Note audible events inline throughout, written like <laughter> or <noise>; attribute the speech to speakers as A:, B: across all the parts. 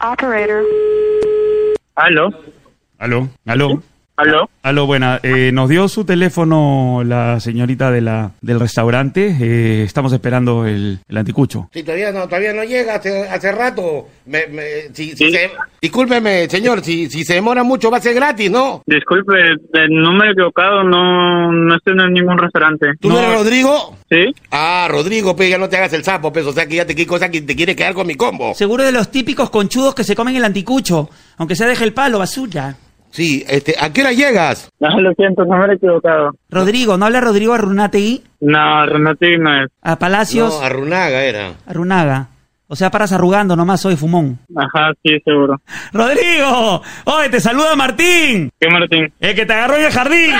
A: Operator.
B: Aló,
C: Aló, aló.
B: aló.
C: Aló, buena. Eh, nos dio su teléfono la señorita de la, del restaurante. Eh, estamos esperando el, el anticucho.
D: Si todavía no, todavía no llega, hace, hace rato. Me, me- si- si
B: Sí.
D: se- discúlpeme, señor, si, si se demora mucho va a ser gratis, ¿no?
B: Disculpe, el número equivocado, no, no estoy en ningún restaurante.
D: ¿Tú no,
C: No.
D: eres Rodrigo?
B: ¿Sí?
D: Ah, Rodrigo, pues ya no te hagas el sapo, pues, o sea que ya te qué cosa que te quieres quedar con mi combo.
E: Seguro de los típicos conchudos que se comen el anticucho, aunque sea deje el palo, basura.
D: Sí, este, ¿a qué hora llegas?
B: No, lo siento, número equivocado.
E: Rodrigo, ¿no habla Rodrigo Arrunategui?
B: No, Renati no es.
E: A Palacios,
D: No, Arrunaga era.
E: Arrunaga. O sea, paras arrugando nomás,
D: <laughs>
E: soy fumón.
B: Ajá, sí, seguro.
E: ¡Rodrigo! ¡Oye, te saluda Martín!
B: ¿Qué, Martín?
C: Eh,
E: ¡El que te agarró en el jardín!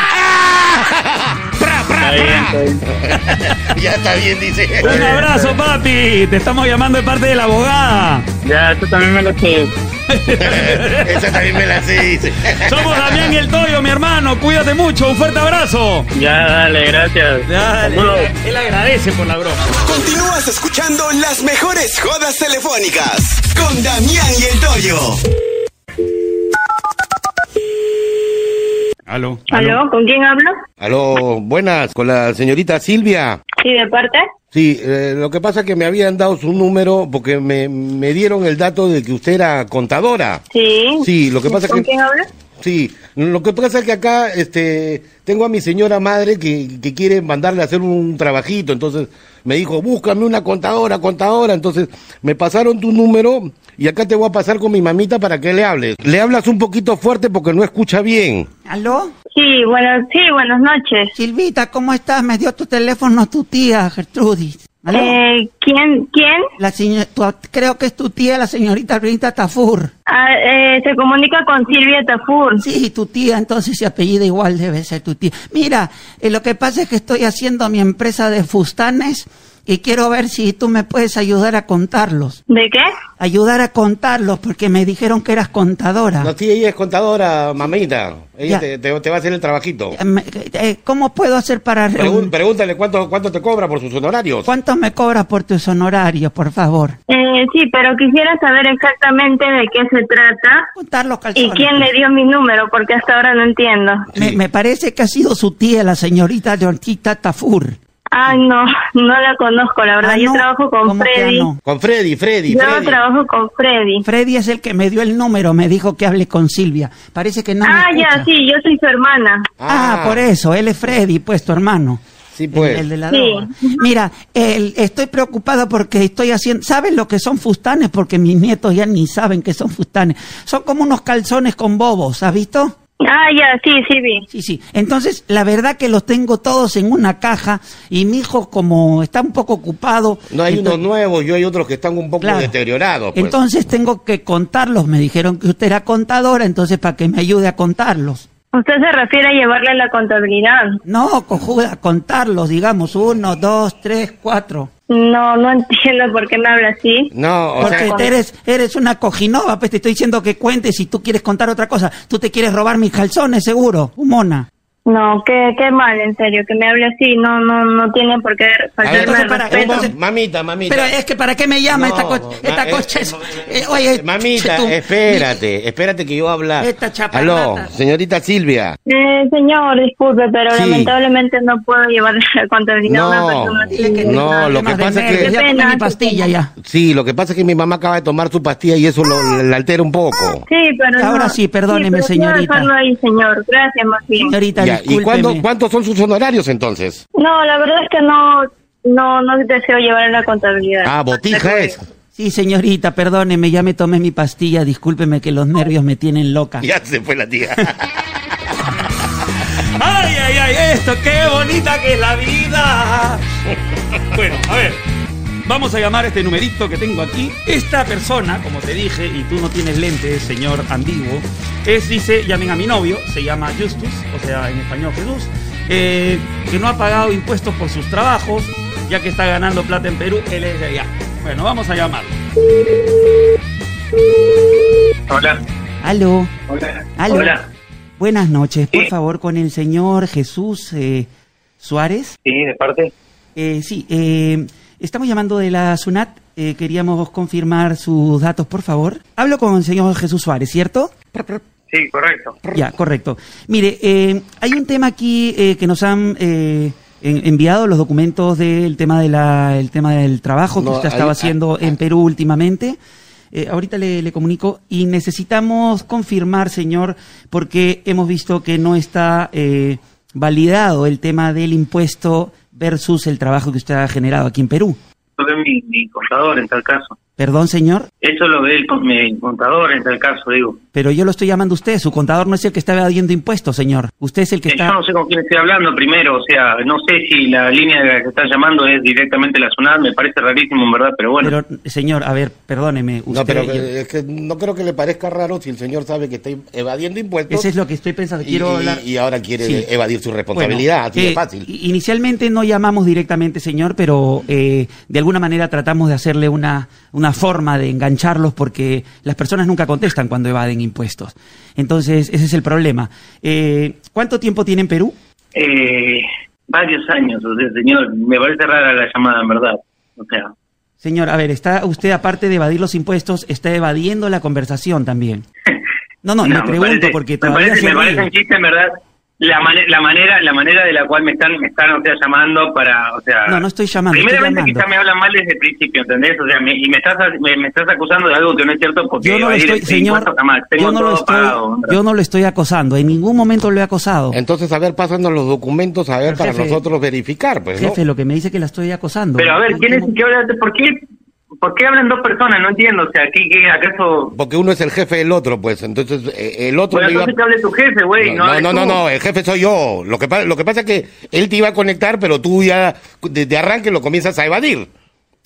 D: ¡Pra, pra,
B: Está bien, está
D: pra! <laughs>
B: bien.
D: Ya está bien, dice.
E: ¡Un abrazo, papi! Te estamos llamando de parte de la abogada.
B: Ya, tú también me lo
D: <laughs>
B: sé.
D: Esa también me la sé, dice.
E: Somos Damián y el Toyo, mi hermano. Cuídate mucho. Un fuerte abrazo.
B: Ya, dale, gracias. Saludos.
E: él agradece por la broma.
F: Continúas escuchando las mejores jodas telefónicas con Damián y el
B: <laughs>
F: Toyo.
C: Aló.
G: ¿Aló? ¿Con quién hablo?
D: Aló, buenas, con la señorita Silvia.
G: Sí, de parte.
D: Sí, eh, lo que pasa es que me habían dado su número porque me, me dieron el dato de que usted era contadora.
G: Sí.
D: Sí, lo que pasa es
G: ¿Con
D: que-
G: quién hablo?
D: Sí, lo que pasa es que acá este, tengo a mi señora madre que, que quiere mandarle a hacer un trabajito, entonces me dijo, búscame una contadora, contadora, entonces me pasaron tu número y acá te voy a pasar con mi mamita para que le hables. Le hablas un poquito fuerte porque no escucha bien.
E: ¿Aló?
G: Sí, bueno, sí, buenas noches.
E: Silvita, ¿cómo estás? Me dio tu teléfono tu tía, Gertrudis. ¿Aló?
G: Eh, ¿Quién? ¿Quién?
E: La señor- tu- creo que es tu tía, la señorita Brita Tafur.
G: Ah, eh, se comunica con Silvia Tafur.
E: Sí, tu tía, entonces se apellida igual, debe ser tu tía. Mira, eh, lo que pasa es que estoy haciendo mi empresa de fustanes y quiero ver si tú me puedes ayudar a contarlos.
G: ¿De qué?
E: Ayudar a contarlos porque me dijeron que eras contadora.
D: No, sí, ella es contadora, mamita. Ella
E: Ya.
D: te, te- te va a hacer el trabajito.
E: Eh, me- eh, ¿Cómo puedo hacer para...
D: Pregun- pregúntale cuánto, cuánto te cobra por sus honorarios.
E: ¿Cuánto me cobras por tus honorarios, por favor?
G: Eh, sí, pero quisiera saber exactamente de qué se trata
E: Contar los
G: y
E: calzones.
G: quién le dio mi número, porque hasta ahora no entiendo.
E: Me, me parece que ha sido su tía, la señorita Leontita Tafur.
G: Ah, no, no la conozco, la verdad.
E: Ah,
G: Yo
E: no,
G: trabajo con
E: ¿cómo que
G: Freddy.
E: ah, no?
D: Con Freddy, Freddy,
G: Yo
D: Freddy.
G: trabajo con Freddy.
E: Freddy es el que me dio el número, me dijo que hable con Silvia. Parece que no me
G: ah, ya,
E: escucha.
G: sí, yo soy su hermana.
D: Ah.
E: Ah, por eso, él es Freddy, pues tu hermano.
D: Sí, pues.
E: El, el de la
G: Sí.
E: droga. Mira, el- estoy preocupado porque estoy haciendo... ¿Saben lo que son fustanes? Porque mis nietos ya ni saben que son fustanes. Son como unos calzones con bobos, ¿has visto?
G: Ah, ya, sí, sí, vi.
E: Sí, sí. Entonces, la verdad que los tengo todos en una caja y mi hijo como está un poco ocupado...
D: No hay
E: entonces-
D: unos nuevos, yo hay otros que están un poco
E: Claro.
D: deteriorados. pues.
E: Entonces tengo que contarlos. Me dijeron que usted era contadora, entonces para que me ayude a contarlos.
G: Usted se refiere a llevarle la contabilidad.
E: No, cojuda, contarlos, digamos, uno, dos, tres, cuatro.
G: No, no entiendo por qué me habla así.
D: No, o
E: Porque
D: sea,
E: te eres, eres una cojinova, pues te estoy diciendo que cuentes si tú quieres contar otra cosa. Tú te quieres robar mis calzones, seguro, humona.
G: No, qué, qué mal, en serio, que me hable así. No, no, no tiene por qué
D: a ver,
G: faltarme
E: entonces,
G: el
E: para-
G: respeto.
E: entonces-
D: mamita, mamita.
E: Pero es que ¿para qué me llama
D: No,
E: esta, co-
D: no,
E: esta
D: eh,
E: coche? es-
D: eh,
E: eh, oye,
D: Mamita,
E: tú-
D: espérate, espérate que yo voy a hablar.
E: Esta chaparrata.
D: Aló, señorita Silvia.
G: Eh, señor, disculpe, pero
D: Sí.
G: lamentablemente no puedo llevarle <laughs> la contabilidad a una persona
D: No,
G: así.
E: Dile que
D: No,
E: hable
D: lo que
E: más de
D: pasa es que-
E: nervios, Ya
G: Qué
E: tomé
G: pena,
E: mi pastilla
G: qué
E: ya.
D: Sí, lo que pasa es que mi mamá acaba de tomar su pastilla y eso
E: Ah.
D: lo, le altera un poco.
G: Sí, pero
E: Ahora
G: no.
E: sí, perdóneme,
G: pero quiero
E: señorita.
G: dejarlo ahí, señor. Gracias, más bien.
E: Señorita,
D: Ya, ¿Y
E: discúlpeme.
D: cuándo, cuántos son sus honorarios entonces?
G: No, la verdad es que no, no, no deseo llevarle la contabilidad.
D: Ah, botija es.
E: Sí, señorita, perdóneme, ya me tomé mi pastilla, discúlpeme que los nervios me tienen loca.
D: Ya se fue la tía.
E: ¡Ay, ay, ay! ¡Esto, qué bonita que es la vida! <laughs> Bueno, a ver, vamos a llamar a este numerito que tengo aquí. Esta persona, como te dije, y tú no tienes lentes, señor ambiguo, es, dice, llamen a mi novio, se llama Justus, o sea, en español Jesús, eh, que no ha pagado impuestos por sus trabajos, ya que está ganando plata en Perú, él es de allá. Bueno, vamos a llamarlo.
B: Hola.
E: <laughs> Aló.
B: Hola.
E: Aló.
B: Hola.
E: Buenas noches, por
B: Sí.
E: favor, con el señor Jesús eh, Suárez.
B: Sí, de parte.
E: Eh, sí, eh, estamos llamando de la SUNAT. eh, queríamos confirmar sus datos, por favor. Hablo con el señor Jesús Suárez, ¿cierto?
B: Sí, correcto.
E: Ya, correcto. Mire, eh, hay un tema aquí eh, que nos han eh, en- enviado los documentos del tema de la, el tema del trabajo que
H: No,
E: usted
H: ahí-
E: estaba haciendo en Perú últimamente. Eh, ahorita le, le comunico y necesitamos confirmar, señor, porque hemos visto que no está eh, validado el tema del impuesto versus el trabajo que usted ha generado aquí en Perú.
B: Eso es mi, mi contador en tal caso.
E: Perdón, señor,
B: Eso lo ve el, con- mi contador en tal caso, digo.
E: pero yo lo estoy llamando a usted. Su contador no es el que está evadiendo impuestos, señor. Usted es el que
B: Eh,
E: está...
B: Yo no sé con quién estoy hablando primero, o sea, no sé si la línea de la que están llamando es directamente la SUNAT, me parece rarísimo en verdad, pero bueno.
E: Pero, señor, a ver, perdóneme. Usted,
H: No, pero eh, es que no creo que le parezca raro si el señor sabe que está evadiendo impuestos.
E: Ese es lo que estoy pensando. Quiero
H: y,
E: hablar.
H: y ahora quiere
E: Sí.
H: evadir su responsabilidad,
E: Bueno,
H: así de
E: eh,
H: fácil.
E: i- Inicialmente no llamamos directamente, señor, pero eh, de alguna manera tratamos de hacerle una, una forma de engancharlos porque las personas nunca contestan cuando evaden impuestos. Entonces, ese es el problema. Eh, ¿Cuánto tiempo tiene en Perú?
B: Eh, varios años, o sea, señor, me parece rara la llamada en verdad, o sea,
E: Señor, a ver, está usted, aparte de evadir los impuestos, está evadiendo la conversación también. No, no,
B: No,
E: le pregunto
B: parece-
E: porque
B: me
E: todavía
B: parece,
E: se
B: me
E: ríe.
B: parece un chiste en verdad la, mane- la manera la manera de la cual me están me están o sea llamando para o sea
E: No, no estoy llamando, estoy
B: primeramente
E: llamando.
B: quizá me hablan mal desde el principio ¿entendés? o sea me- y me estás me, me estás acusando de algo que no es cierto porque
E: Yo no lo
B: evadir
E: estoy,
B: el
E: señor,
B: impuesto jamás. Tengo
E: yo no lo
B: todo
E: estoy,
B: pagado, ¿verdad?
E: yo no lo estoy acosando, en ningún momento lo he acosado.
H: Entonces, a ver, pasando los documentos, a ver,
E: Pero,
H: para
E: jefe-
H: nosotros verificar, pues, ¿no?
E: Jefe, lo que me dice que la estoy acosando.
B: pero a ver quién es el
E: Último-
B: que habla por qué por qué hablan dos personas no entiendo o sea aquí qué acaso
H: Porque uno es el jefe del otro, pues. Entonces, eh, el otro
B: bueno
H: le iba-
B: entonces que hable tu jefe güey
H: No, no,
B: hables
H: no, no,
B: tú.
H: no, el jefe soy yo. Lo que, pa- lo que pasa es que él te iba a conectar, pero tú ya desde arranque lo comienzas a evadir.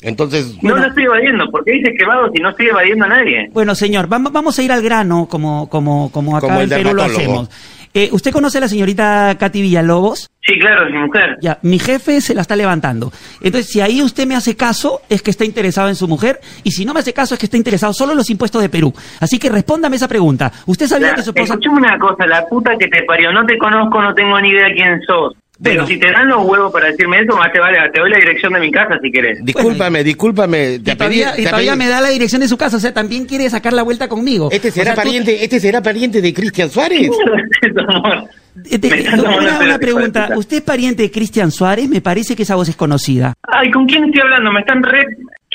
H: Entonces,
B: no lo estoy evadiendo ¿por qué dices que vado si no estoy evadiendo a nadie?
E: Bueno, señor, vam- vamos a ir al grano como, como, como acá
H: Como el
E: en Perú lo
H: dermatólogo.
E: hacemos. Eh, ¿Usted conoce a la señorita Katy Villalobos?
B: sí claro es mi mujer
E: Ya, mi jefe se la está levantando. Entonces, si ahí usted me hace caso, es que está interesado en su mujer. Y si no me hace caso, es que está interesado solo en los impuestos de Perú. Así que respóndame esa pregunta. ¿Usted sabía
B: La-
E: que su esposa...
B: Escuchame una cosa, la puta que te parió, no te conozco, no tengo ni idea quién sos. Pero
E: Bueno.
B: si te dan los huevos para decirme eso, más te vale, te doy la dirección de mi casa si querés.
H: discúlpame, discúlpame.
E: <laughs> Y todavía, y todavía me da la dirección de su casa, o sea, también quiere sacar la vuelta conmigo.
H: Este
E: O
H: será
E: sea, tú-
H: pariente, este será pariente de Cristian Suárez.
B: <laughs> Eso, amor.
E: Eh, te-
B: Me estás
E: <laughs> una,
B: tomando el pelo,
E: una
B: hijo de
E: pregunta.
B: puta.
E: ¿Usted es pariente de Cristian Suárez? Me parece que esa voz es conocida.
B: Ay, ¿con quién estoy hablando? Me están re...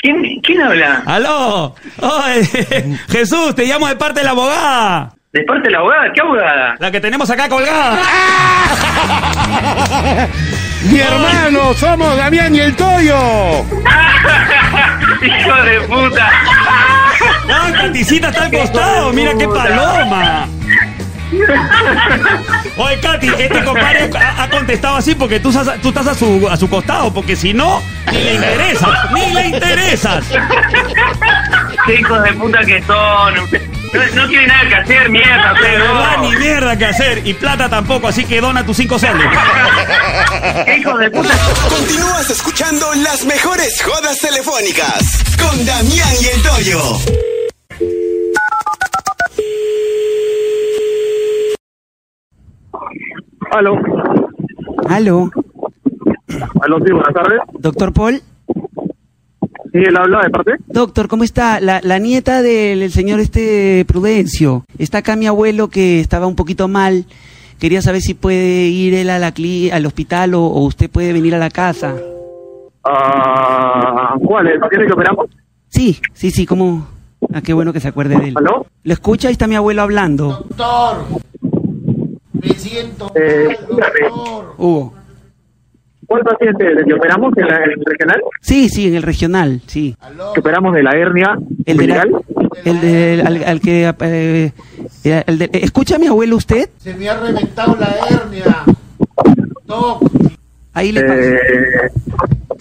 B: ¿Quién, quién habla?
E: ¡Aló! ¡Oye! <laughs> Jesús, te llamo de parte de la abogada.
B: ¿De parte de la abogada? ¿Qué abogada?
E: La que tenemos acá colgada.
H: ¡Mi hermano! ¡Somos Damián y el Toyo!
B: ¡Hijo de
E: <laughs>
B: puta!
E: ¡Ah, Caticita está al costado! ¡Mira qué paloma! Oye, Katy, este compadre ha, ha contestado así porque tú, estás a- tú estás a su, a su costado, porque si no, ni le interesas, ni le interesas.
B: ¡Qué hijos de puta que son! No, no tiene nada que
C: <laughs>
B: hacer, mierda,
E: De verdad, ni
B: pero...
E: mierda que hacer, y plata tampoco, así que dona tus cinco soles.
B: ¡Qué hijos de puta!
F: Continúas escuchando las mejores jodas telefónicas con Damián y el Toyo.
I: Aló,
E: Aló,
I: aló, sí, buenas tardes.
E: doctor Paul.
I: Sí, él habla de parte.
E: Doctor, ¿cómo está? La, la nieta del el señor este Prudencio. Está acá mi abuelo que estaba un poquito mal. Quería saber si puede ir él a la cli- al hospital o, o usted puede venir a la casa.
I: Ah, ¿Cuál es? ¿Tiene que operamos?
E: Sí, sí, sí, ¿cómo? Ah, qué bueno que se acuerde de él.
I: ¿Aló?
E: ¿Lo escucha? Ahí está mi abuelo hablando.
I: Eh, dígame,
E: Hugo.
I: ¿Cuál paciente es? ¿El que operamos en, la, en el regional?
E: Sí, sí, en el regional, sí.
I: ¿Que operamos de la hernia
E: El de la-
I: umbilical?
E: el de- al, al que... eh, eh, el de- ¿Escucha a mi abuelo usted?
D: Se me ha reventado la hernia. Doc.
E: Ahí le paso.
I: Eh,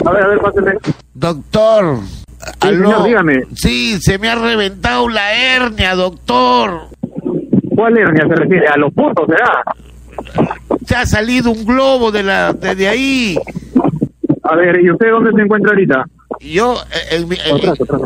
I: a ver, a ver, pásenme.
D: Doctor.
I: señor, dígame.
D: Sí, se me ha reventado la hernia, doctor.
I: ¿Cuál hernia se refiere? ¿A los puntos, será?
D: Se ha salido un globo de la de, de ahí.
I: A ver, ¿y usted dónde se encuentra ahorita?
D: Yo eh, en mi- eh,
I: Atrás, atrás.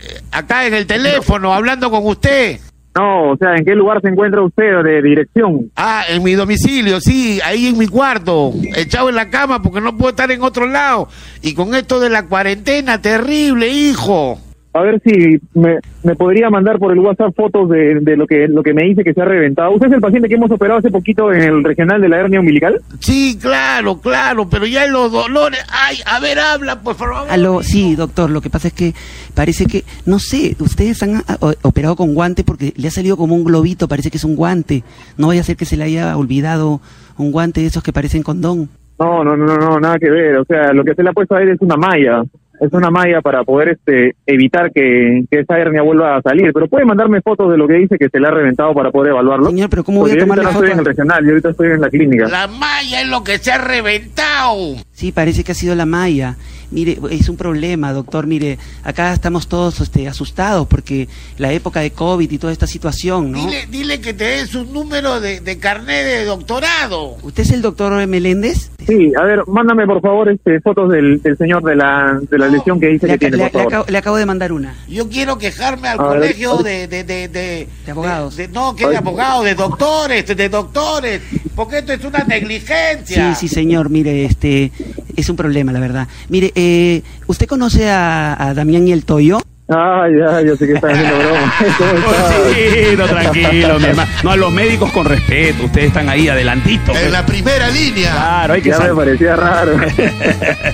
D: eh, acá en el teléfono hablando con usted.
I: No, o sea, ¿en qué lugar se encuentra usted de dirección?
D: Ah, en mi domicilio, sí, ahí en mi cuarto, echado en la cama porque no puedo estar en otro lado. Y con esto de la cuarentena, terrible, hijo.
I: A ver si me, me podría mandar por el WhatsApp fotos de, de lo que lo que me dice que se ha reventado. ¿Usted es el paciente que hemos operado hace poquito en el regional de la hernia umbilical?
D: Sí, claro, claro, pero ya los dolores. Ay, a ver, habla, por favor.
E: Aló, sí, doctor, lo que pasa es que parece que, no sé, ustedes han ah, o- operado con guante porque le ha salido como un globito, parece que es un guante. No vaya a ser que se le haya olvidado un guante de esos que parecen condón.
I: No, no, no, no, no, nada que ver. O sea, lo que se le ha puesto a él es una malla. Es una malla para poder este, evitar que, que esa hernia vuelva a salir. Pero puede mandarme fotos de lo que dice que se le ha reventado para poder evaluarlo.
E: Señor, pero ¿cómo voy
I: Porque
E: a
I: yo
E: tomarle
I: ahorita no estoy en el
E: fotos?
I: regional, yo ahorita estoy en la clínica.
D: La malla es lo que se ha reventado.
E: Sí, parece que ha sido la malla. Mire, es un problema, doctor. Mire, acá estamos todos este, asustados porque la época de COVID y toda esta situación, ¿no?
D: Dile, dile que te des un número de, de carnet de doctorado.
E: ¿Usted ¿Este es el doctor Meléndez?
I: Sí, a ver, mándame por favor este, fotos del, del señor de la, de la lesión que dice
E: Le,
I: que
E: aca-
I: tiene,
E: le-
I: por
E: le
I: favor.
E: acabo, le acabo de mandar una.
D: Yo quiero quejarme al
I: A ver,
D: colegio
I: a
D: de, de, de, de,
E: De abogados.
D: de- no, que de abogados, de doctores, de, de doctores. Porque esto es una negligencia.
E: Sí, sí, señor. Mire, este es un problema, la verdad. Mire, eh, ¿usted conoce a, a Damián y el Toyo?
I: Ah, ya, yo sé que están
E: <laughs>
I: haciendo broma. ¿Cómo estás?
J: Tranquilo, Oh, tranquilo, mi hermano. No, a los médicos con respeto, ustedes están ahí adelantitos.
E: pues.
K: En la primera línea,
J: Claro, hay que
I: Ya me
J: saber.
I: parecía raro.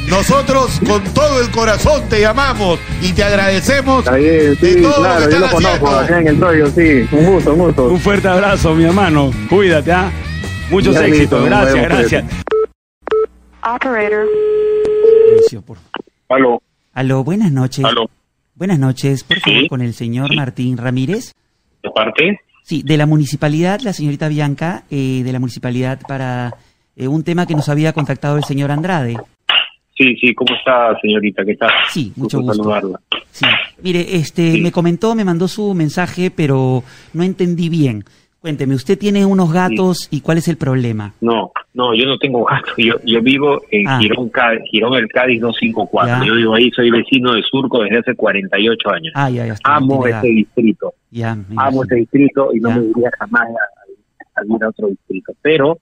K: nosotros con todo el corazón te llamamos y te agradecemos
I: Está bien,
K: de
I: sí,
K: todo
I: claro,
K: lo que
I: yo lo
K: están
I: conozco,
K: haciendo.
I: acá en el toyo, sí. Un gusto, un gusto.
J: Un fuerte abrazo, mi hermano. Cuídate, ¿ah? Muchos
I: Ya, listo,
J: éxitos.
I: nos
J: Gracias,
I: vemos,
J: gracias.
D: Ah.
G: Operator.
E: Silencio, por favor.
B: Aló,
E: Aló, buenas noches.
B: aló,
E: Buenas noches, por favor,
B: Sí.
E: con el señor Martín Ramírez.
B: ¿de parte?
E: Sí, de la municipalidad, la señorita Bianca, eh, de la municipalidad para eh, un tema que nos había contactado el señor Andrade.
B: <laughs> Sí, sí, ¿cómo está, señorita? ¿Qué tal?
E: Sí, mucho gusto.
B: saludarla.
E: Sí, mire, este,
B: Sí.
E: me comentó, me mandó su mensaje, pero no entendí bien. Cuénteme, usted tiene unos gatos y cuál es el problema.
B: No, no, yo no tengo gato. Yo, yo vivo en
E: Ah.
B: Girón, Cá- Girón, el Cádiz 254.
E: Ya.
B: Yo vivo ahí, soy vecino de Surco desde hace 48 años.
E: Ah, ya, ya está.
B: Amo
E: tiene
B: ese
E: edad.
B: distrito,
E: Ya, me
B: amo
E: imagino.
B: ese distrito y no
E: Ya.
B: me iría jamás a, a ir a otro distrito. Pero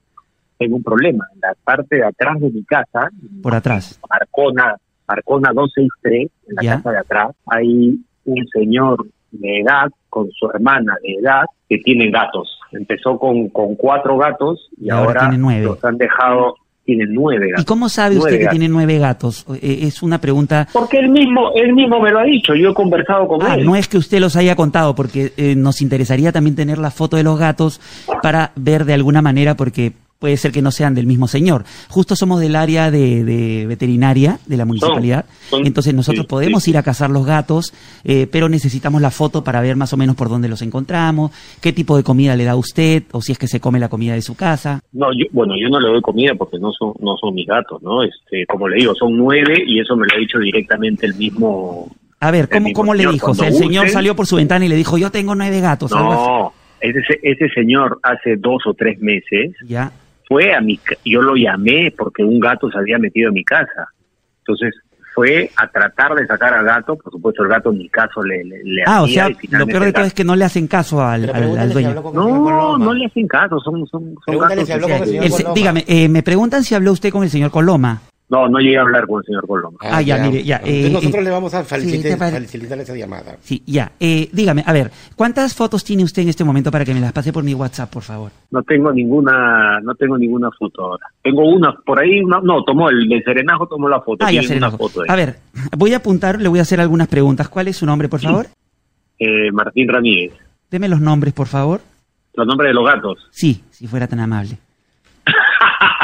B: tengo un problema. En la parte de atrás de mi casa,
E: Por atrás.
B: Marcona, Marcona 263, en la
E: Ya.
B: casa de atrás, hay un señor de edad con su hermana de edad que tiene gatos. Empezó con, con cuatro gatos y,
E: Y ahora tiene nueve.
B: los han dejado, tiene nueve
E: ¿Y
B: gatos.
E: cómo sabe
B: Nueve
E: usted que
B: gatos.
E: tiene nueve gatos? Eh, es una pregunta.
B: Porque él mismo, él mismo me lo ha dicho, yo he conversado con
E: Ah,
B: él.
E: no es que usted los haya contado, porque eh, nos interesaría también tener la foto de los gatos para ver de alguna manera, porque puede ser que no sean del mismo señor. Justo somos del área de, de veterinaria de la municipalidad,
B: son-
E: entonces nosotros
B: sí,
E: podemos
B: sí.
E: ir a cazar los gatos, eh, pero necesitamos la foto para ver más o menos por dónde los encontramos, qué tipo de comida le da usted, o si es que se come la comida de su casa.
B: No, yo, bueno, yo no le doy comida porque no son, no son mis gatos, ¿no? Este, como le digo, son nueve y eso me lo ha dicho directamente el mismo.
E: A ver,
B: El
E: ¿cómo,
B: mismo
E: cómo le
B: señor,
E: dijo? O sea, el
B: cuando
E: señor
B: gusten.
E: salió por su ventana y le dijo, yo tengo nueve gatos. algo así.
B: no, ese, ese señor hace dos o tres meses
E: Ya.
B: fue a mi, ca- yo lo llamé porque un gato se había metido en mi casa. Entonces fue a tratar de sacar al gato, por supuesto el gato en mi caso le, le, le
E: Ah, o
B: hacía
E: sea,
B: y
E: lo
B: finalmente
E: peor de
B: el
E: todo es
B: gato-
E: que no le hacen caso al,
D: Pero
E: al- al
D: pregúntale si
E: dueño.
D: habló con el señor
B: No,
D: Coloma.
B: no le hacen caso, son, son, son
D: Pregúntale
B: gatos.
D: si habló con el
B: sociales.
D: señor
E: El se-
D: Coloma.
E: dígame, eh, me preguntan si habló usted con el señor Coloma.
B: No, no llegué a hablar con el señor Coloma.
E: Ah, ya, mire, ya,
D: Entonces
E: eh,
D: nosotros
E: eh,
D: le vamos a
E: sí, te
D: facilitar,
E: pare-
D: facilitar esa llamada.
E: Sí, ya. Eh, dígame, a ver, ¿cuántas fotos tiene usted en este momento para que me las pase por mi WhatsApp, por favor?
B: No tengo ninguna, no tengo ninguna foto ahora. Tengo una, por ahí, una- no, tomó el, del serenajo, tomó la foto.
E: Ah, ya
B: tiene
E: se
B: una
E: enojó.
B: foto ahí.
E: A ver, voy a apuntar, le voy a hacer algunas preguntas. ¿Cuál es su nombre, por favor?
B: Eh, Martín Ramírez,
E: Deme los nombres, por favor.
B: los nombres de los gatos.
E: Sí, si fuera tan
B: <laughs>
E: amable.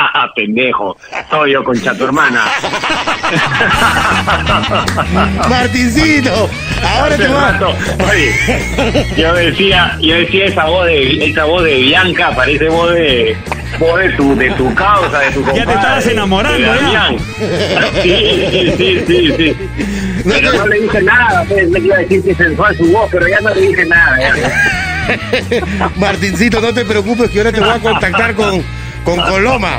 B: Ah, Pendejo, soy yo concha tu hermana. <laughs>
D: Martincito, ahora
B: Hace
D: te va.
B: rato, oye, yo decía, yo decía esa voz de, esa voz de Bianca, parece voz de, voz de tu, de tu causa, de tu compadre.
J: Ya te estabas enamorando,
B: de
J: ya.
B: Damián. Sí, sí, sí, sí, sí.
D: No,
B: Pero
D: no.
B: no le dije nada, pues, le iba a decir que sensual su voz, pero ya no le dije nada. ya.
D: <laughs> Martincito, no te preocupes que ahora te voy a contactar con, con Coloma.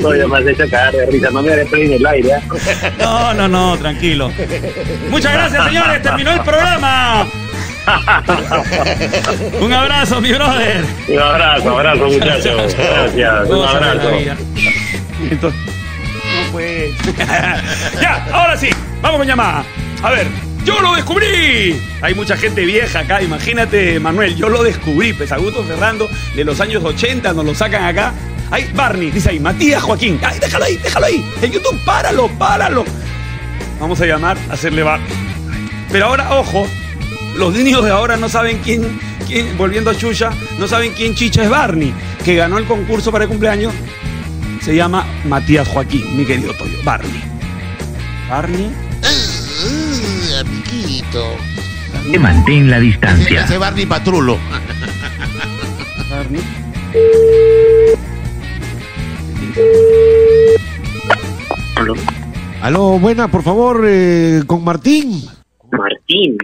B: Soy yo más de esa cagar de risa, no me haré play en el aire. ¿eh?
J: No, no, no, tranquilo. Muchas gracias, señores. Terminó el programa.
C: Un abrazo, mi brother.
B: Un abrazo, abrazo,
J: <laughs>
B: muchachos. Gracias. Un
C: Gózala la
B: abrazo.
C: vida. Entonces, no fue. <laughs> ya, ahora sí, vamos con llamada. A ver, yo lo descubrí. Hay mucha gente vieja acá, imagínate, Manuel, yo lo descubrí. Pues Augusto Ferrando, de los años 80, nos lo sacan acá. Ahí, Barney, dice ahí, Matías Joaquín. Ahí, déjalo ahí, déjalo ahí. En YouTube, páralo, páralo. Vamos a llamar, a hacerle bar. Pero ahora, ojo, los niños de ahora no saben quién, quién, volviendo a Chucha, no saben quién Chicha es Barney, que ganó el concurso para el cumpleaños se llama Matías Joaquín, mi querido Toyo. Barney. Barney.
D: Ah, amiguito.
B: Que mantén la distancia.
D: Ese Barney Patrulo.
C: Barney.
D: Aló, buena, por favor, eh, con Martín.
B: Martín.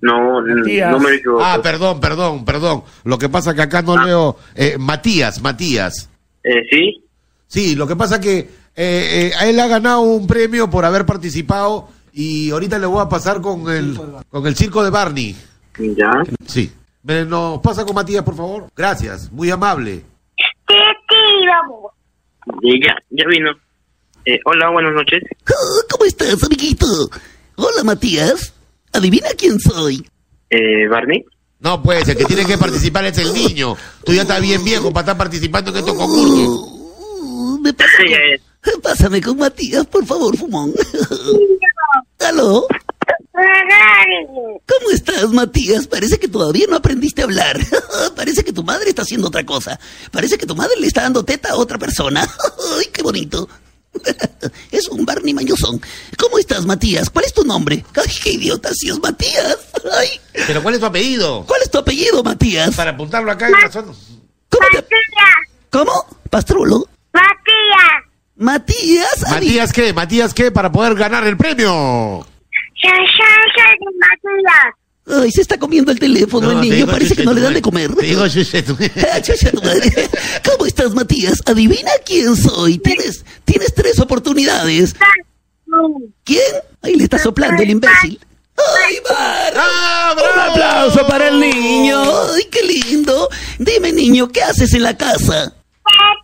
B: No,
C: Matías.
B: no me equivoco. Ah.
D: Ah, perdón, perdón, perdón. Lo que pasa que acá no leo. eh, Matías, Matías.
B: Eh, ¿Sí?
D: Sí, lo que pasa que eh, eh, a él ha ganado un premio por haber participado y ahorita le voy a pasar con el, con el circo de Barney.
B: Ya.
D: Sí. Me- Nos pasa con Matías, por favor. Gracias, muy amable.
G: Titi, vamos.
B: Sí, Ya, ya vino. Eh, hola, buenas noches.
L: ¿Cómo estás, amiguito? Hola, Matías. Adivina quién soy.
B: Eh, Barney.
D: No, pues, el que tiene que participar es el niño. Tú ya estás bien viejo para estar participando en estos concursos.
L: Uh, me pasa
B: Sí, eh,
L: con- Pásame con Matías, por favor, fumón. <laughs> ¿Aló? ¿Cómo estás, Matías? Parece que todavía no aprendiste a hablar. <laughs> Parece que tu madre está haciendo otra cosa. Parece que tu madre le está dando teta a otra persona. <laughs> ¡Ay, qué bonito! <laughs> Es un Barney mañosón. ¿Cómo estás, Matías? ¿Cuál es tu nombre? ¡Ay, qué idiota! Si es Matías. ¡Ay!
D: Pero ¿cuál es tu apellido?
L: ¿Cuál es tu apellido, Matías?
D: Para apuntarlo acá en la zona.
L: ¿Cómo te...
G: Matías,
L: ¿Cómo? ¿Pastrulo?
G: Matías,
L: Matías. Ari-
D: ¿Matías qué? ¿Matías qué? Para poder ganar el premio.
G: San Sánchez de Matías.
L: Ay, se está comiendo el teléfono el
D: te
L: niño.
D: digo,
L: Parece que no le dan de
D: chuche,
L: comer.
D: tu madre. Te digo,
L: <laughs>
D: chuche, tu madre.
L: Ah, chucha tu madre. ¿Cómo estás, Matías? Adivina quién soy. Tienes, tienes tres oportunidades. ¿Quién? Ahí le está soplando el imbécil. ¡Ay, Bar!
D: ¡Ah,
E: Un
D: bravo!
E: aplauso para el niño.
L: ¡Ay, qué lindo! Dime, niño, ¿qué haces en la casa?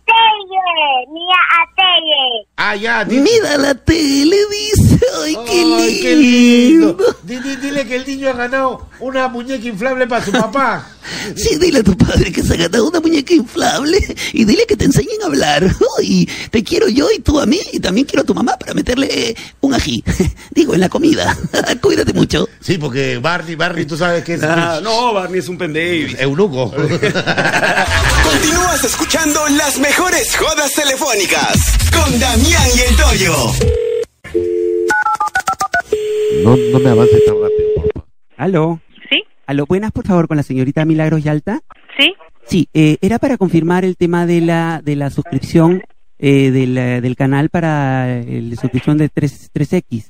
G: Atelle, mía Atelle.
D: Ah, ya, di-
L: Mira la tele, dice. ¡Ay, qué lindo!
D: Ay, qué lindo. Di- di- Dile que el niño ha ganado una muñeca inflable para su papá.
L: Sí, dile a tu padre que se ha ganado una muñeca inflable y dile que te enseñen a hablar. Y te quiero yo y tú a mí y también quiero a tu mamá para meterle eh, un ají. <laughs> Digo, en la comida. Cuídate <laughs> mucho.
D: Sí, porque Barney, Barney, tú sabes que es
C: Ah, no, Barney es un pendejo.
K: <laughs>
D: eunuco.
F: Continúas escuchando las mejores jodas telefónicas con Damián y el Toyo.
D: <laughs> No, no me avances tan rápido, por favor.
E: Aló.
G: ¿Sí?
E: Aló, buenas, por favor, con la señorita Milagros Yalta.
G: ¿Sí?
E: Sí, eh, era para confirmar el tema de la, de la suscripción eh, del, eh, del canal para eh, la suscripción de 3, 3X.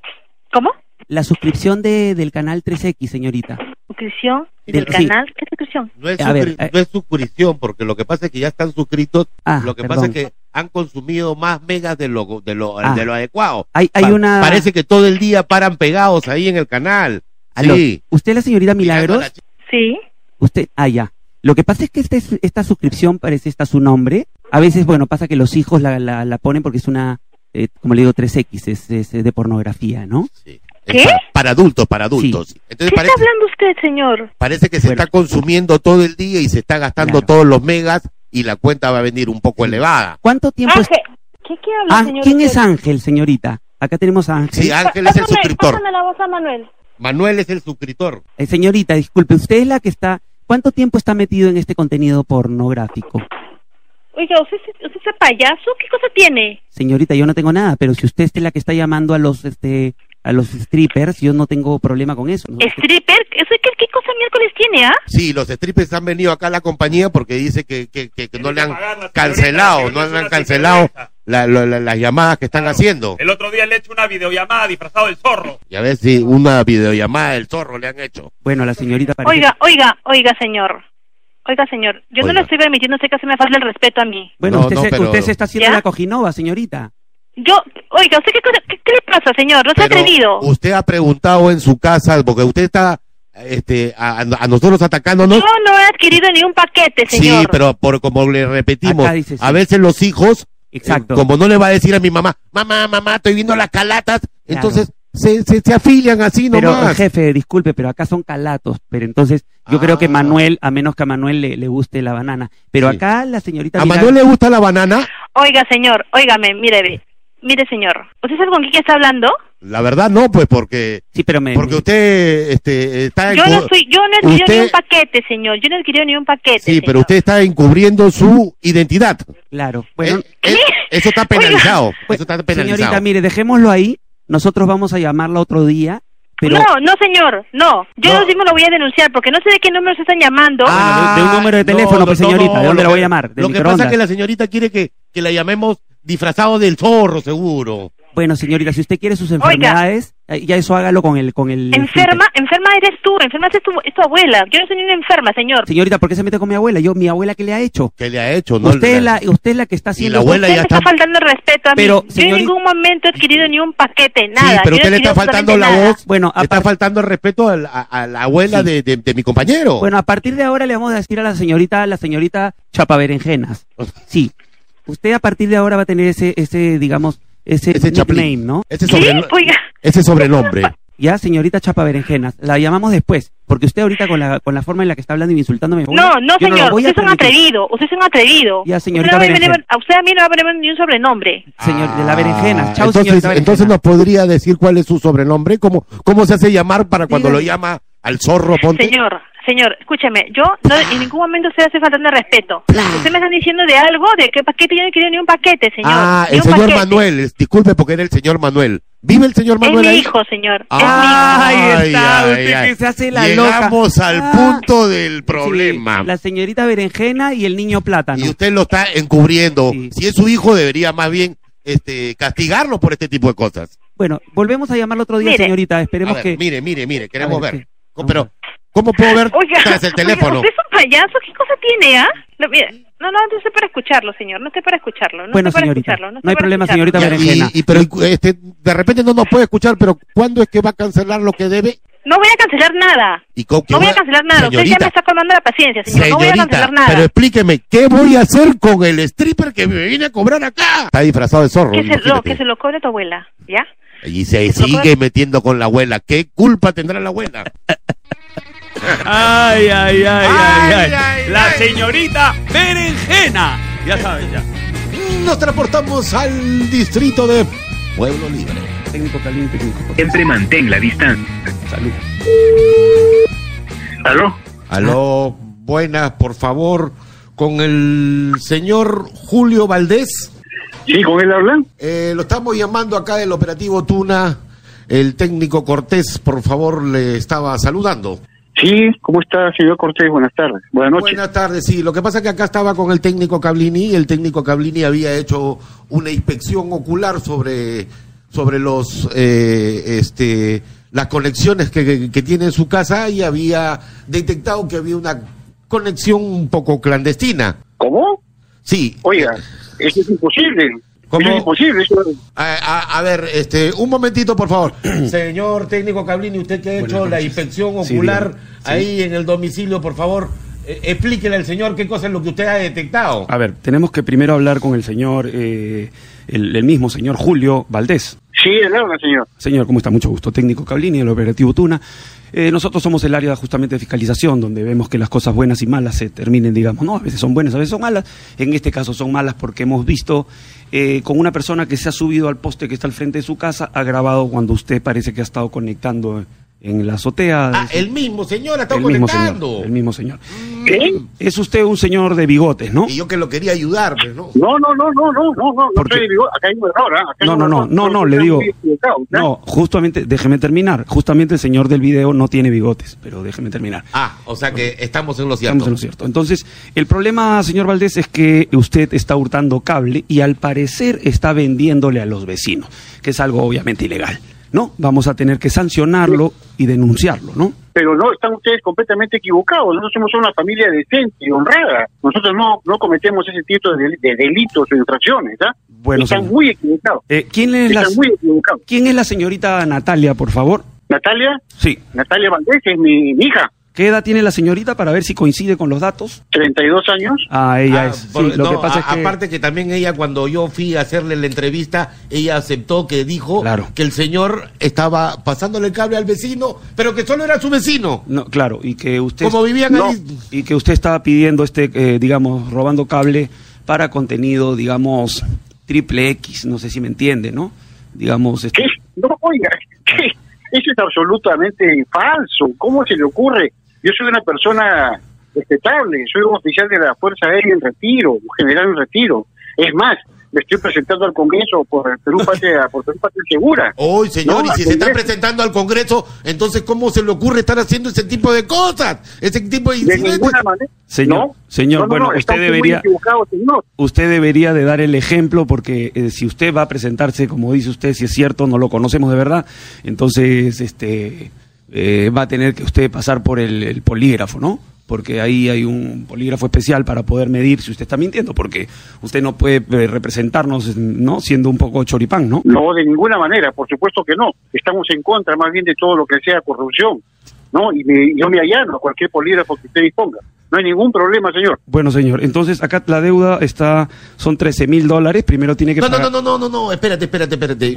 G: ¿Cómo?
E: La suscripción de, del canal 3X, señorita.
G: ¿Suscripción?
E: Del
G: ¿Del
E: sí.
G: canal? ¿Qué suscripción?
K: No es,
E: A ver,
K: suscri-
E: eh.
K: no es suscripción, porque lo que pasa es que ya están suscritos.
E: Ah,
K: lo que
E: perdón.
K: pasa es que han consumido más megas de lo, de lo,
E: Ah.
K: de lo adecuado.
E: Hay, hay
K: Pa-
E: una...
K: Parece que todo el día paran pegados ahí en el canal.
E: Aló,
K: Sí.
E: ¿Usted es la señorita Milagros?
G: Sí.
E: Usted, ah, ya. Lo que pasa es que este es- esta suscripción parece está su nombre. A veces, bueno, pasa que los hijos la, la, la ponen porque es una, eh, como le digo, 3X, es, es de pornografía, ¿no?
G: ¿Qué?
K: Para adultos, para adultos.
G: ¿Qué
K: Entonces parece,
G: está hablando usted, señor?
K: parece que se
E: Bueno.
K: está consumiendo todo el día y se está gastando
E: Claro.
K: todos los megas y la cuenta va a venir un poco elevada.
E: ¿Cuánto tiempo es-
G: Ángel. ¿Qué, qué habla,
E: Ah,
G: señor?
E: ¿Quién es Ángel, señorita? Acá tenemos a Ángel.
K: Sí, Ángel es el
G: Pásame-
K: suscriptor.
G: Pásame la voz a Manuel.
K: Manuel es el suscriptor.
E: Eh, señorita, disculpe, usted es la que está... ¿Cuánto tiempo está metido en este contenido pornográfico?
G: Oiga, ¿usted, es- usted es payaso? ¿Qué cosa tiene?
E: Señorita, yo no tengo nada, pero si usted es la que está llamando a los, este, a los strippers, yo no tengo problema con eso. ¿no?
G: ¿Stripper? ¿Eso qué, qué cosa miércoles tiene, ah?
K: Sí, los strippers han venido acá a la compañía porque dice que, que, que- que no le
C: Tienen que
K: han
C: pagar la
K: cancelado,
C: señorita,
K: no
C: la
K: han
C: señorita es una
K: cancelado
C: señorita.
K: la- la- la- las llamadas que están haciendo.
C: El otro día le he hecho una videollamada disfrazado del zorro.
K: Ya ves si una videollamada del zorro le han hecho.
E: Bueno, la señorita parece...
G: Oiga, oiga, oiga, señor. Oiga, señor, yo no
K: Oiga.
G: le estoy permitiendo a usted que se me falte el respeto a mí.
E: Bueno,
K: No,
E: usted,
K: no,
E: se,
K: pero-
E: usted se está haciendo
G: ¿Ya?
E: la cojinova, señorita.
G: Yo, oiga, ¿usted qué, cosa- qué, qué le pasa, señor? No se ha
K: Pero
G: atrevido.
K: usted ha preguntado en su casa, porque usted está
D: este, a, a nosotros atacándonos.
M: Yo no he adquirido ni un paquete, señor.
D: Sí, pero por como le repetimos,
M: Acá dice, sí.
D: a veces los hijos,
E: Exacto.
D: eh, como no le va a decir a mi mamá, mamá, mamá, estoy viendo las calatas, entonces se, se, se afilian así
E: Pero,
D: nomás.
E: jefe, disculpe, pero acá son calatos. Pero entonces, yo creo
D: Ah.
E: que Manuel, a menos que a Manuel le, le guste la banana. Pero acá la señorita.
D: ¿A
E: Milagro-
D: Manuel le gusta la banana?
M: Oiga, señor, óigame, mire, ve. mire, señor. ¿Usted sabe con quién está hablando?
D: La verdad no, pues porque
E: sí, pero me,
D: porque usted este, está
M: Yo no
D: encu-
M: soy, yo no he adquirido
D: usted-
M: ni un paquete, señor. Yo no he adquirido ni un paquete.
D: sí, pero usted está encubriendo su identidad.
E: Claro. Bueno,
D: Eh,
E: pues,
D: Eso
E: <laughs>
D: está penalizado. eso está penalizado.
E: señorita, mire, dejémoslo ahí. Nosotros vamos a llamarla otro día. Pero
M: No, no, señor, no. Yo no. mismo lo voy a denunciar porque no sé de qué números están llamando.
E: Ah, de, de un número de teléfono,
D: Ah, no,
E: pues,
D: no,
E: señorita.
D: no,
E: ¿De dónde
D: lo
E: la voy
D: que-
E: a llamar? ¿Del
D: Lo que pasa
E: microondas?
D: es que la señorita quiere que, que la llamemos disfrazado del zorro, seguro.
E: Bueno, señorita, si usted quiere sus
M: Oiga.
E: enfermedades, eh, ya eso hágalo con el... Con el
M: Enferma, enferma eres tú, enferma es tu, es tu abuela. Yo no soy ni una enferma, señor.
E: Señorita, ¿por qué se mete con mi abuela? Yo, ¿mi abuela qué le ha hecho?
D: ¿Qué le ha hecho?
E: No, usted, es la, usted es la que está haciendo...
M: Usted me está faltando el respeto a mí.
E: Pero,
M: Yo en
E: señorita-
M: ningún momento he adquirido ni un paquete, nada.
D: pero
M: Yo no
D: usted le
M: he
D: está
M: adquirido
D: faltando la
M: absolutamente
D: voz, le está faltando el respeto a la, a la abuela
E: Sí.
D: de, de- de mi compañero.
E: Bueno, a partir de ahora le vamos a decir a la señorita, a la señorita Chapaberenjenas. Sí. Usted a partir de ahora va a tener ese, ese digamos, ese,
D: Ese chaplín.
E: nickname, ¿no?
D: Ese sobren- ese sobrenombre.
E: Ya, señorita Chapa Berenjenas, la llamamos después, porque usted ahorita con la, con la forma en la que está hablando y insultándome...
M: No, no,
E: yo lo
M: señor.
E: voy a
M: usted es un
E: permitir.
M: atrevido. Usted es un atrevido.
E: Ya,
M: Usted
E: señorita
M: no va a
E: Berenjena.
M: poner- a usted a mí no va a poner ni un sobrenombre.
E: Señor, de la berenjena. Chao,
D: Ah, entonces,
E: señorita berenjena.
D: entonces nos podría decir cuál es su sobrenombre, cómo, cómo se hace llamar para cuando
M: Dígame.
D: lo llama al zorro ponte.
M: Señor, señor, escúchame. Yo no,
D: Ah.
M: en ningún momento usted hace faltando el respeto. Usted me están diciendo de algo, de qué paquete. Yo no he querido ni un paquete, señor.
D: ah,
M: Ni
D: el
M: un
D: señor
M: paquete.
D: Manuel, es- disculpe porque era el señor Manuel. ¿Vive el señor
M: Es
D: Manuel
M: mi
D: ahí? Ah,
M: hijo, señor.
E: Ahí está,
D: Ay,
E: usted
D: ay,
E: que se hace la
D: Llegamos
E: loca.
D: al
E: Ah.
D: punto del problema.
E: La señorita berenjena y el niño plátano.
D: Y usted lo está encubriendo. Si es su hijo, debería más bien este, castigarlo por este tipo de cosas.
E: Bueno, volvemos a llamarlo otro día,
D: Mire.
E: señorita. Esperemos
D: A ver,
E: que...
D: Mire, mire, mire, queremos
E: A ver,
D: ver. Co- Pero, ¿cómo puedo ver
M: Oiga,
D: tras el
M: oiga,
D: teléfono?
M: <laughs> usted es un payaso, ¿qué cosa tiene, ah? No, mire, no, no, no estoy para escucharlo, señor, no estoy para escucharlo, no
D: Bueno,
M: estoy para
D: señorita,
M: escucharlo.
E: no hay problema, señorita
D: Ya,
E: Berenjena.
D: Y, y- pero este, de repente no nos puede escuchar, pero ¿cuándo es que va a cancelar lo que debe?
M: No voy a cancelar nada,
D: ¿Y con
M: no voy a cancelar nada, usted ya me
D: Señorita,
M: está colmando la paciencia, señor, no voy a
D: señorita,
M: cancelar nada.
D: pero explíqueme, ¿qué voy a hacer con el stripper que me viene a cobrar acá? Está disfrazado de zorro.
M: Que se, lo,
D: imagínate.
M: que se lo cobre tu abuela, ¿ya?
D: Y se sigue metiendo con la abuela. ¿Qué culpa tendrá la abuela?
B: <laughs> Ay, ay, ay, ay, ay.
D: Ay, ay,
B: la
D: ay.
B: señorita berenjena. Ya sabes, ya.
D: Nos transportamos al distrito de Pueblo Libre.
E: Técnico caliente, técnico.
N: Siempre mantén la distancia.
D: Salud.
N: ¿Aló?
D: Aló, buenas, por favor, con el señor Julio Valdés. Eh,
N: Sí, con él hablan.
D: lo estamos llamando acá del operativo Tuna. El técnico Cortés, por favor, le estaba saludando.
N: Sí, ¿cómo está, señor Cortés? Buenas tardes. Buenas noches.
D: Buenas tardes, sí. Lo que pasa es que acá estaba con el técnico Cablini y el técnico Cablini había hecho una inspección ocular sobre, sobre los, eh, este, las conexiones que, que- que tiene en su casa y había detectado que había una conexión un poco clandestina.
N: ¿Cómo?
D: Sí.
N: Oiga, eso es imposible.
D: ¿Cómo?
N: Eso es imposible. eso-
D: A, a- a ver, este, un momentito, por favor. <clears throat> Señor técnico Cablini, usted que ha hecho la inspección
O: Sí,
D: ocular
O: dígame. Sí.
D: ahí en el domicilio, por favor, eh, explíquele al señor qué cosa es lo que usted ha detectado.
C: A ver, tenemos que primero hablar con el señor, eh, el, el mismo señor Julio Valdés.
N: Sí, él habla, señor.
C: Señor, ¿cómo está? Mucho gusto. Técnico Cablini, el operativo Tuna. Eh, nosotros somos el área justamente de fiscalización, donde vemos que las cosas buenas y malas se terminen, digamos, ¿no? A veces son buenas, a veces son malas. En este caso son malas porque hemos visto eh, con una persona que se ha subido al poste que está al frente de su casa, ha grabado cuando usted parece que ha estado conectando en la azotea. de
D: Ah,
C: su-
D: el mismo señor ha estado
C: el mismo señor,
D: conectando.
C: el mismo señor. Es usted un señor de bigotes, ¿no?
D: Y yo que lo quería ayudar, pero no.
N: No, no, no, no, no, no, no. no
C: ¿Por qué?
N: estoy de vigor. Acá hay un error, ¿ah? Acá hay
C: No,
N: un
C: no, no,
N: error.
C: no, no,
N: Usted
C: le
N: está
C: digo.
N: muy equivocado, ¿ya?
C: No, justamente, déjeme terminar. Justamente el señor del video no tiene bigotes, pero déjeme terminar.
D: Ah, o sea que estamos en lo cierto.
C: Estamos en lo cierto. Entonces, el problema, señor Valdés, es que usted está hurtando cable y al parecer está vendiéndole a los vecinos, que es algo obviamente ilegal, ¿no? Vamos a tener que sancionarlo y denunciarlo, ¿no?
N: Pero no, están ustedes completamente equivocados. Nosotros somos una familia decente y honrada. Nosotros no, no cometemos ese tipo de, del- de delitos o infracciones, ¿ah?
C: Bueno,
N: Están
C: señor.
N: muy equivocados.
C: Eh, ¿quién, es la,
N: Están muy equivocados.
C: ¿Quién es la señorita Natalia, por favor?
N: Natalia.
C: Sí.
N: Natalia Valdés es mi, mi hija.
C: ¿Qué edad tiene la señorita para ver si coincide con los datos?
N: 32 años.
C: Ah, ella es.
D: Por-
C: sí, lo
D: no,
C: que pasa
D: a-
C: es que.
D: Aparte que también ella, cuando yo fui a hacerle la entrevista, ella aceptó que dijo que el señor estaba pasándole el cable al vecino, pero que solo era su vecino.
C: No, claro, y que usted.
D: Como vivían
C: No,
D: ahí-
C: Y que usted estaba pidiendo este, eh, digamos, robando cable para contenido, digamos, triple X, no sé si me entiende, ¿no? Digamos. Este,
N: No, oiga, <laughs> ¿qué? eso es absolutamente falso. ¿Cómo se le ocurre? Yo soy una persona respetable, soy un oficial de la Fuerza Aérea en retiro, un general en retiro. Es más, me estoy presentando al Congreso por Perú Patria, <laughs> por Perú Patria Segura.
D: Hoy, señor,
N: No,
D: y si se está
N: Congreso.
D: presentando al Congreso, entonces ¿cómo se le ocurre estar haciendo ese tipo de cosas? Ese tipo de
N: De
D: incidentes.
N: ninguna manera.
C: Señor,
N: No,
C: señor,
N: no, no,
C: bueno,
N: no, está
C: usted
N: muy
C: debería,
N: equivocado, señor.
C: usted debería de dar el ejemplo porque eh, si usted va a presentarse, como dice usted, si es cierto, no lo conocemos de verdad, entonces, este, eh, va a tener que usted pasar por el, el polígrafo, ¿no? Porque ahí hay un polígrafo especial para poder medir si usted está mintiendo, porque usted no puede eh, representarnos, ¿no? Siendo un poco choripán, ¿no?
N: No, de ninguna manera, por supuesto que no. Estamos en contra más bien de todo lo que sea corrupción, ¿no? Y me- yo me allano a cualquier polígrafo que usted disponga. No hay ningún problema, señor.
C: Bueno, señor, entonces acá la deuda está, son 13 mil dólares, primero tiene que
D: No, no,
C: pagar...
D: no, no, no, no, no, espérate, espérate, espérate.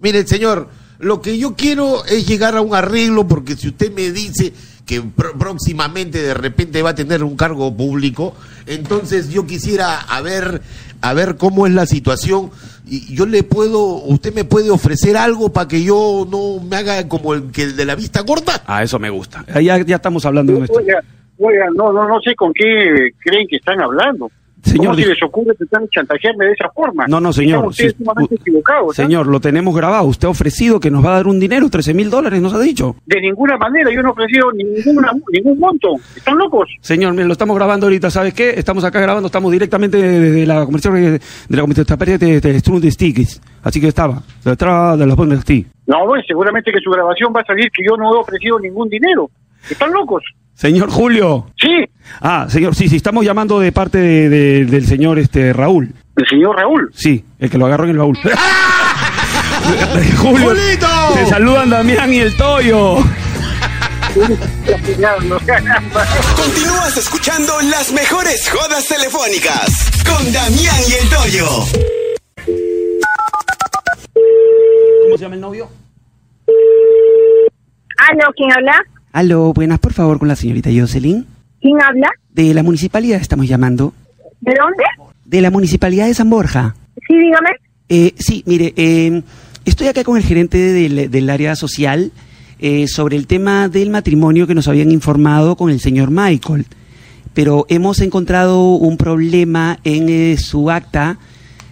D: Mire, señor, lo que yo quiero es llegar a un arreglo porque si usted me dice que pr- próximamente de repente va a tener un cargo público, entonces yo quisiera a ver, a ver cómo es la situación y yo le puedo, usted me puede ofrecer algo para que yo no me haga como el que el de la vista corta.
C: Ah, eso me gusta. Ahí Ya, ya estamos hablando de nuestro...
N: Oiga, oiga, no, no, no sé con qué creen que están hablando.
C: Señor,
N: ¿Cómo se
C: dije-
N: les ocurre tratar de chantajearme de esa forma?
C: No, no,
N: Están
C: señor.
N: ustedes
C: Sí,
N: sumamente
C: u-
N: equivocados, ¿ah?
C: Señor, lo tenemos grabado. Usted ha ofrecido que nos va a dar un dinero, 13 mil dólares, nos ha dicho.
N: De ninguna manera, yo no he ofrecido ninguna, ningún monto. ¿Están locos?
C: Señor, mire, lo estamos grabando ahorita, ¿sabes qué? Estamos acá grabando, estamos directamente desde la comercial de de la comercial de, de Strun de Stigis. Así que estaba, detrás de los Bondes T.
N: No, pues, seguramente que su grabación va a salir que yo no he ofrecido ningún dinero. ¿Están locos?
C: Señor Julio.
N: Sí.
C: Ah, señor, sí, sí, estamos llamando de parte de- de- del señor este Raúl.
N: ¿El señor Raúl?
C: Sí, el que lo agarró en el baúl. Julio,
N: ¡Julito!
C: <laughs> te saludan Damián y el Toyo.
F: Continúas escuchando las mejores jodas telefónicas con Damián y el Toyo.
C: ¿Cómo se llama el novio?
G: Aló, Ah, ¿quién habla?
E: Aló, buenas, por favor, con la señorita Jocelyn.
G: ¿Quién habla?
E: De la municipalidad estamos llamando.
G: ¿De dónde?
E: De la municipalidad de San Borja.
G: Sí, dígame.
E: Eh, sí, mire, eh, estoy acá con el gerente del, del área social eh, sobre el tema del matrimonio que nos habían informado con el señor Michael. Pero hemos encontrado un problema en eh, su acta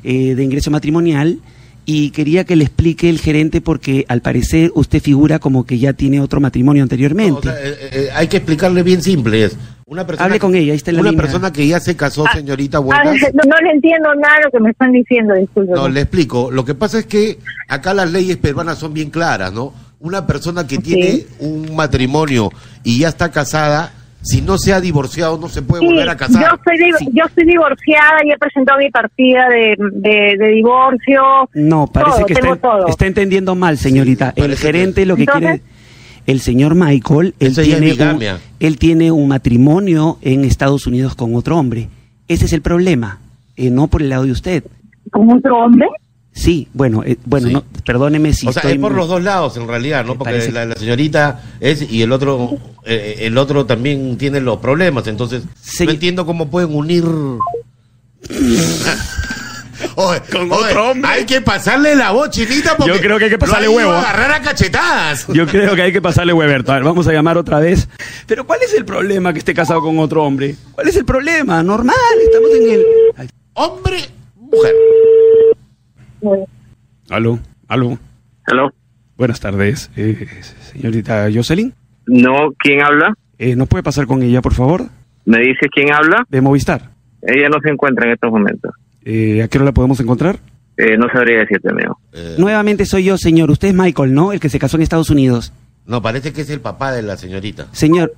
E: eh, de ingreso matrimonial y quería que le explique el gerente porque al parecer usted figura como que ya tiene otro matrimonio anteriormente.
D: O sea, eh, eh, hay que explicarle bien simple. es Una persona,
E: Hable con ella, ahí está la
D: Una
E: línea.
D: persona que ya se casó, señorita,
G: Ah, <laughs>
D: buenas.
G: no, no le entiendo nada de lo que me están diciendo, disculpe.
D: No, le explico. Lo que pasa es que acá las leyes peruanas son bien claras, ¿no? Una persona que tiene un matrimonio y ya está casada, si no se ha divorciado, no se puede
G: Sí,
D: volver a casar.
G: Yo soy, div- yo soy divorciada y he presentado mi partida de, de, de divorcio.
D: Mm.
E: No, parece
G: Todo,
E: que
G: tengo
E: está,
G: todo.
E: está entendiendo mal, señorita. el gerente lo que
G: Entonces-
E: quiere, el señor Michael, él
D: Eso ya es
E: tiene, un,
D: bigamia.
E: él tiene un matrimonio en Estados Unidos con otro hombre. Ese es el problema, eh, no por el lado de usted.
G: ¿Con otro hombre?
E: Sí, bueno, eh, bueno, no, perdóneme si
D: o sea,
E: estoy-
D: es por los dos lados en realidad, ¿no? Porque
E: parece-
D: la, la señorita es y el otro eh, el otro también tiene los problemas, entonces no entiendo cómo pueden
C: <laughs>
D: unir Oye, oye, Hay que pasarle la voz, chinita, porque
C: Yo creo que hay que
D: lo
C: pasarle
D: ido
C: huevo,
D: a
C: ¿ah?
D: agarrar a cachetadas.
C: Yo creo que hay que pasarle Weberto. A ver, vamos a llamar otra vez. Pero ¿cuál es el problema que esté casado con otro hombre? ¿Cuál es el problema? Normal, estamos en el...
D: Hombre, mujer.
C: Aló, aló.
P: Aló.
C: Buenas tardes, eh, señorita Jocelyn.
P: No, ¿quién habla?
C: Eh, ¿Nos puede pasar con ella, por favor?
P: ¿Me dices quién habla?
C: De Movistar.
P: Ella no se encuentra en estos momentos.
C: Eh, ¿A qué hora la podemos encontrar?
P: Eh, no sabría decirte, amigo.
D: Eh,
E: Nuevamente soy yo, señor. Usted es Michael, ¿no? El que se casó en Estados Unidos.
D: No, parece que es el papá de la señorita.
E: Señor.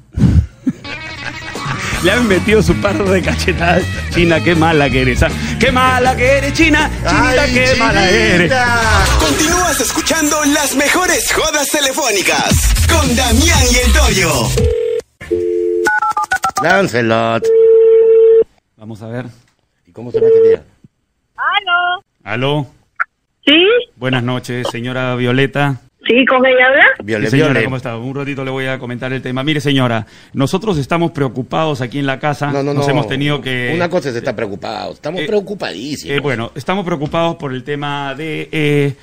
C: Le han metido su par de cachetadas. China, qué mala que eres. ah. Qué mala que eres, China. Chinita,
F: Ay,
C: qué mala
F: Chinita.
C: eres.
F: Continúas escuchando las mejores jodas telefónicas con Damián y el Toyo.
D: Lancelot.
C: Vamos a ver.
D: ¿Y cómo se este metería?
I: ¿Aló?
C: Aló.
I: ¿Sí?
C: Buenas noches, señora Violeta.
I: ¿Sí? ¿Con ella habla?
C: Sí, señora, ¿cómo está? Un ratito le voy a comentar el tema. Mire, señora, nosotros estamos preocupados aquí en la casa. Nos
D: no.
C: hemos tenido que...
D: Una cosa se está preocupado. Estamos preocupadísimos.
C: Eh, bueno, estamos preocupados por el tema de... eh,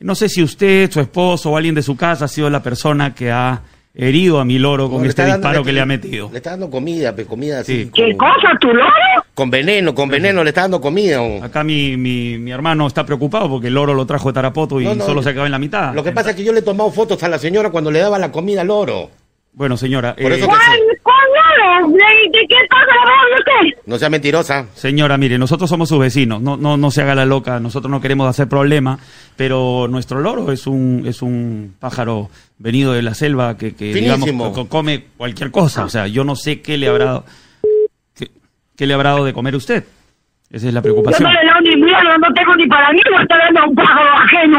C: no sé si usted, su esposo o alguien de su casa ha sido la persona que ha herido a mi loro con
D: le
C: este
D: está dando-
C: disparo que le ha metido.
D: Le está dando comida, pues comida así.
C: ¿Qué
I: cosa, tu loro?
D: Con veneno, con veneno, le está dando comida. un-
C: Acá mi, mi, mi hermano está preocupado porque el loro lo trajo de Tarapoto y
D: No, no,
C: solo se acaba en la mitad.
D: Lo que pasa es que yo le he tomado fotos a la señora cuando le daba la comida al oro.
C: Bueno, señora. eh,
D: Por eso
I: ¿Cuál? ¿Cuál loro? ¿De, de qué cosa le habla usted?
D: No sea mentirosa.
C: Señora, mire, nosotros somos sus vecinos, no, no, no se haga la loca, nosotros no queremos hacer problema, pero nuestro loro es un, es un pájaro venido de la selva que, que, digamos,
D: Finísimo.
C: co- come cualquier cosa. O sea, yo no sé qué le habrá dado, qué, qué le habrá dado de comer a usted. Esa es la
I: Yo
C: preocupación.
I: no le doy ni miedo, no tengo ni para mí, no está dando a un pájaro ajeno.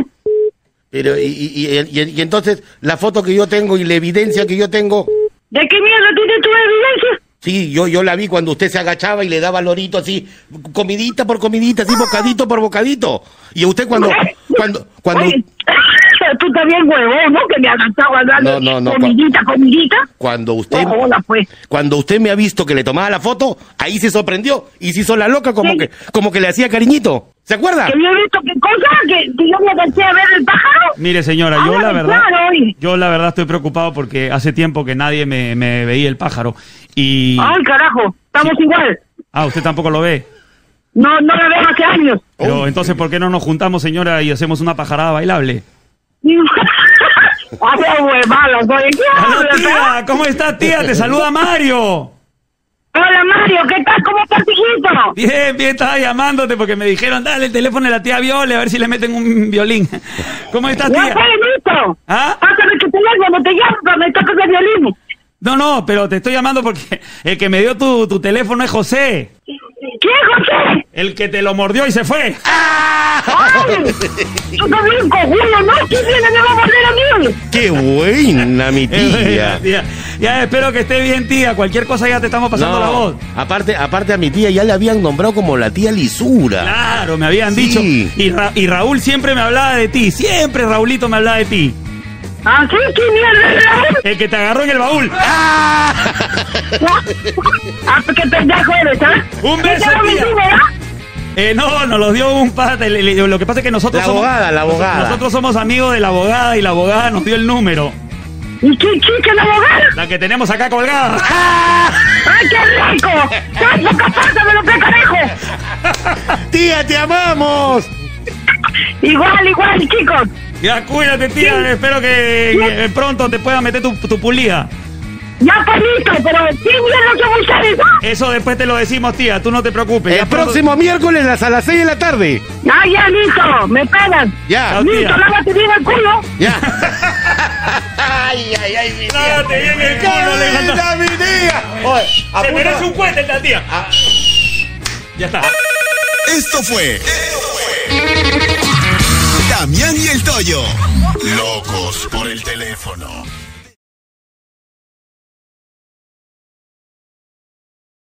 D: Pero, y, y- y- y- y entonces, la foto que yo tengo y la evidencia que yo tengo.
I: ¿De qué miedo tiene tu evidencia?
D: Sí, yo, yo la vi cuando usted se agachaba y le daba al lorito así, comidita por comidita, así bocadito por bocadito. Y usted cuando, cuando, cuando,
I: Oye, <laughs> tú también huevón, ¿no? Que me agachaba dando
D: No, no, no,
I: comidita, comidita. pues.
D: cuando usted, cuando usted me ha visto que le tomaba la foto, ahí se sorprendió y se hizo la loca como que, como que le hacía cariñito. ¿Se acuerda?
I: Que yo he visto qué cosa, que, que yo me agaché a ver el pájaro.
C: Mire, señora, yo la
I: Háblame
C: verdad,
I: claro, oye.
C: yo la verdad estoy preocupado porque hace tiempo que nadie me, me veía el pájaro y...
I: Ay, carajo, estamos igual.
C: Ah, usted tampoco lo ve.
I: No, no la veo hace años.
C: Pero entonces, ¿por qué no nos juntamos, señora, y hacemos una pajarada bailable?
I: Habla huevadas, oye, ¿qué
C: Aló,
I: hablas,
C: tía,
I: ah?
C: ¿cómo está, tía? Te saluda Mario.
I: Hola, Mario, ¿qué tal? ¿Cómo estás, hijito?
C: Bien, bien, estaba llamándote porque me dijeron, dale el teléfono de la tía Viole, a ver si le meten un violín. <laughs> ¿Cómo estás,
I: Ya
C: tía?
I: fue, listo.
C: ¿Ah?
I: Pásame tu teléfono, te llamo para me toques el violín.
C: No, no, pero te estoy llamando porque el que me dio tu, tu teléfono es José.
I: ¿Quién, José?
C: El que te lo mordió y se fue. <laughs>
I: ¡Ay! Tú también, cojudo, ¿no? ¿Quién viene? ¿Me va a volver a mí?
D: ¡Qué buena, mi
C: Es buena,
D: tía!
C: tía. Ya, espero que esté bien, tía. Cualquier cosa ya te estamos pasando la voz.
D: Aparte, aparte a mi tía ya le habían nombrado como la tía lisura.
C: Claro, me habían
D: Sí.
C: dicho. Y, Ra- y Raúl siempre me hablaba de ti. Siempre Raulito me hablaba de ti.
I: ¿Ah, sí? ¿Quién mierda es Raúl?
C: El que te agarró en el baúl. <laughs>
I: ¡Ah, qué pendejo eres, ah!
C: Un beso,
I: ¿Qué te va
C: tía.
I: a mentir, verdad?
C: Eh, no, nos los dio un pata. le- le- Lo que pasa es que nosotros
D: La
C: somos.
D: abogada, la abogada.
C: Nosotros, nosotros somos amigos de la abogada y la abogada nos dio el número.
I: ¿Y qué chica la abogada?
C: La que tenemos acá colgada. Ah.
I: ¡Ay,
C: <laughs>
I: qué rico! ¡Pásame, pásamelo, qué carajo!
C: <laughs>
D: ¡Tía, te amamos!
I: Igual, igual, chicos.
C: Ya, cuídate, tía. Espero que que pronto te pueda meter tu, tu pulida.
I: Ya fue listo, pero ¿quién mierda son ustedes, ah?
C: Eso después te lo decimos, tía. Tú no te preocupes.
D: El próximo miércoles a las 6 de la tarde.
I: ¡Ah, ya, listo! ¡Me pegan!
D: Ya.
I: ¡Listo, lávate bien el culo!
D: Ya.
C: Ay, ay, ay, mi bien el culo, Alejandra.
D: mi tía! Oye,
C: Se
D: apunta-
C: merece un cuete la tía. Ya está.
F: Esto fue. Damián y el Toyo. Locos por el teléfono.